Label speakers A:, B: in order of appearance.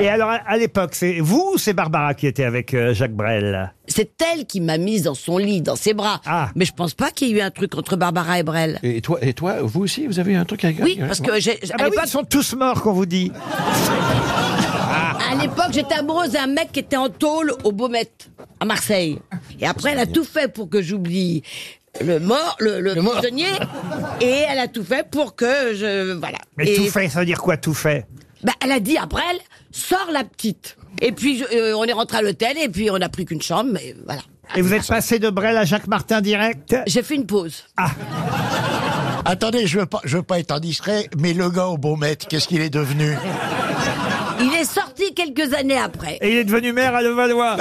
A: Et alors, à- à l'époque, c'est vous ou c'est Barbara qui était avec euh, Jacques Brel
B: C'est elle qui m'a mise dans son lit, dans ses bras.
A: Ah.
B: Mais je pense pas qu'il y ait eu un truc entre Barbara et Brel.
C: Et toi, et toi, vous aussi, vous avez eu un truc avec
B: Oui,
C: avec-
B: parce que j'ai-
A: Ah
B: à
A: bah oui,
B: l'époque,
A: ils sont tous morts, qu'on vous dit.
B: à l'époque, j'étais amoureuse d'un mec qui était en tôle au Baumette, à Marseille. Et après, elle a tout fait pour que j'oublie le mort, le, le, prisonnier, et elle a tout fait pour que je... Voilà.
A: Mais
B: Et
A: tout fait, ça veut dire quoi, tout fait
B: Bah, elle a dit à Brel, sors la petite. Et puis je- euh, on est rentré à l'hôtel et puis on n'a pris qu'une chambre, mais voilà.
A: Et vous êtes passé de Brel à Jacques Martin direct
B: J'ai fait une pause.
D: Attendez, je veux pas, je veux pas être indiscret, mais le gars au beau maître, qu'est-ce qu'il est devenu
A: Ah.
B: Il est sorti quelques années après.
A: Et il est devenu maire à Levallois.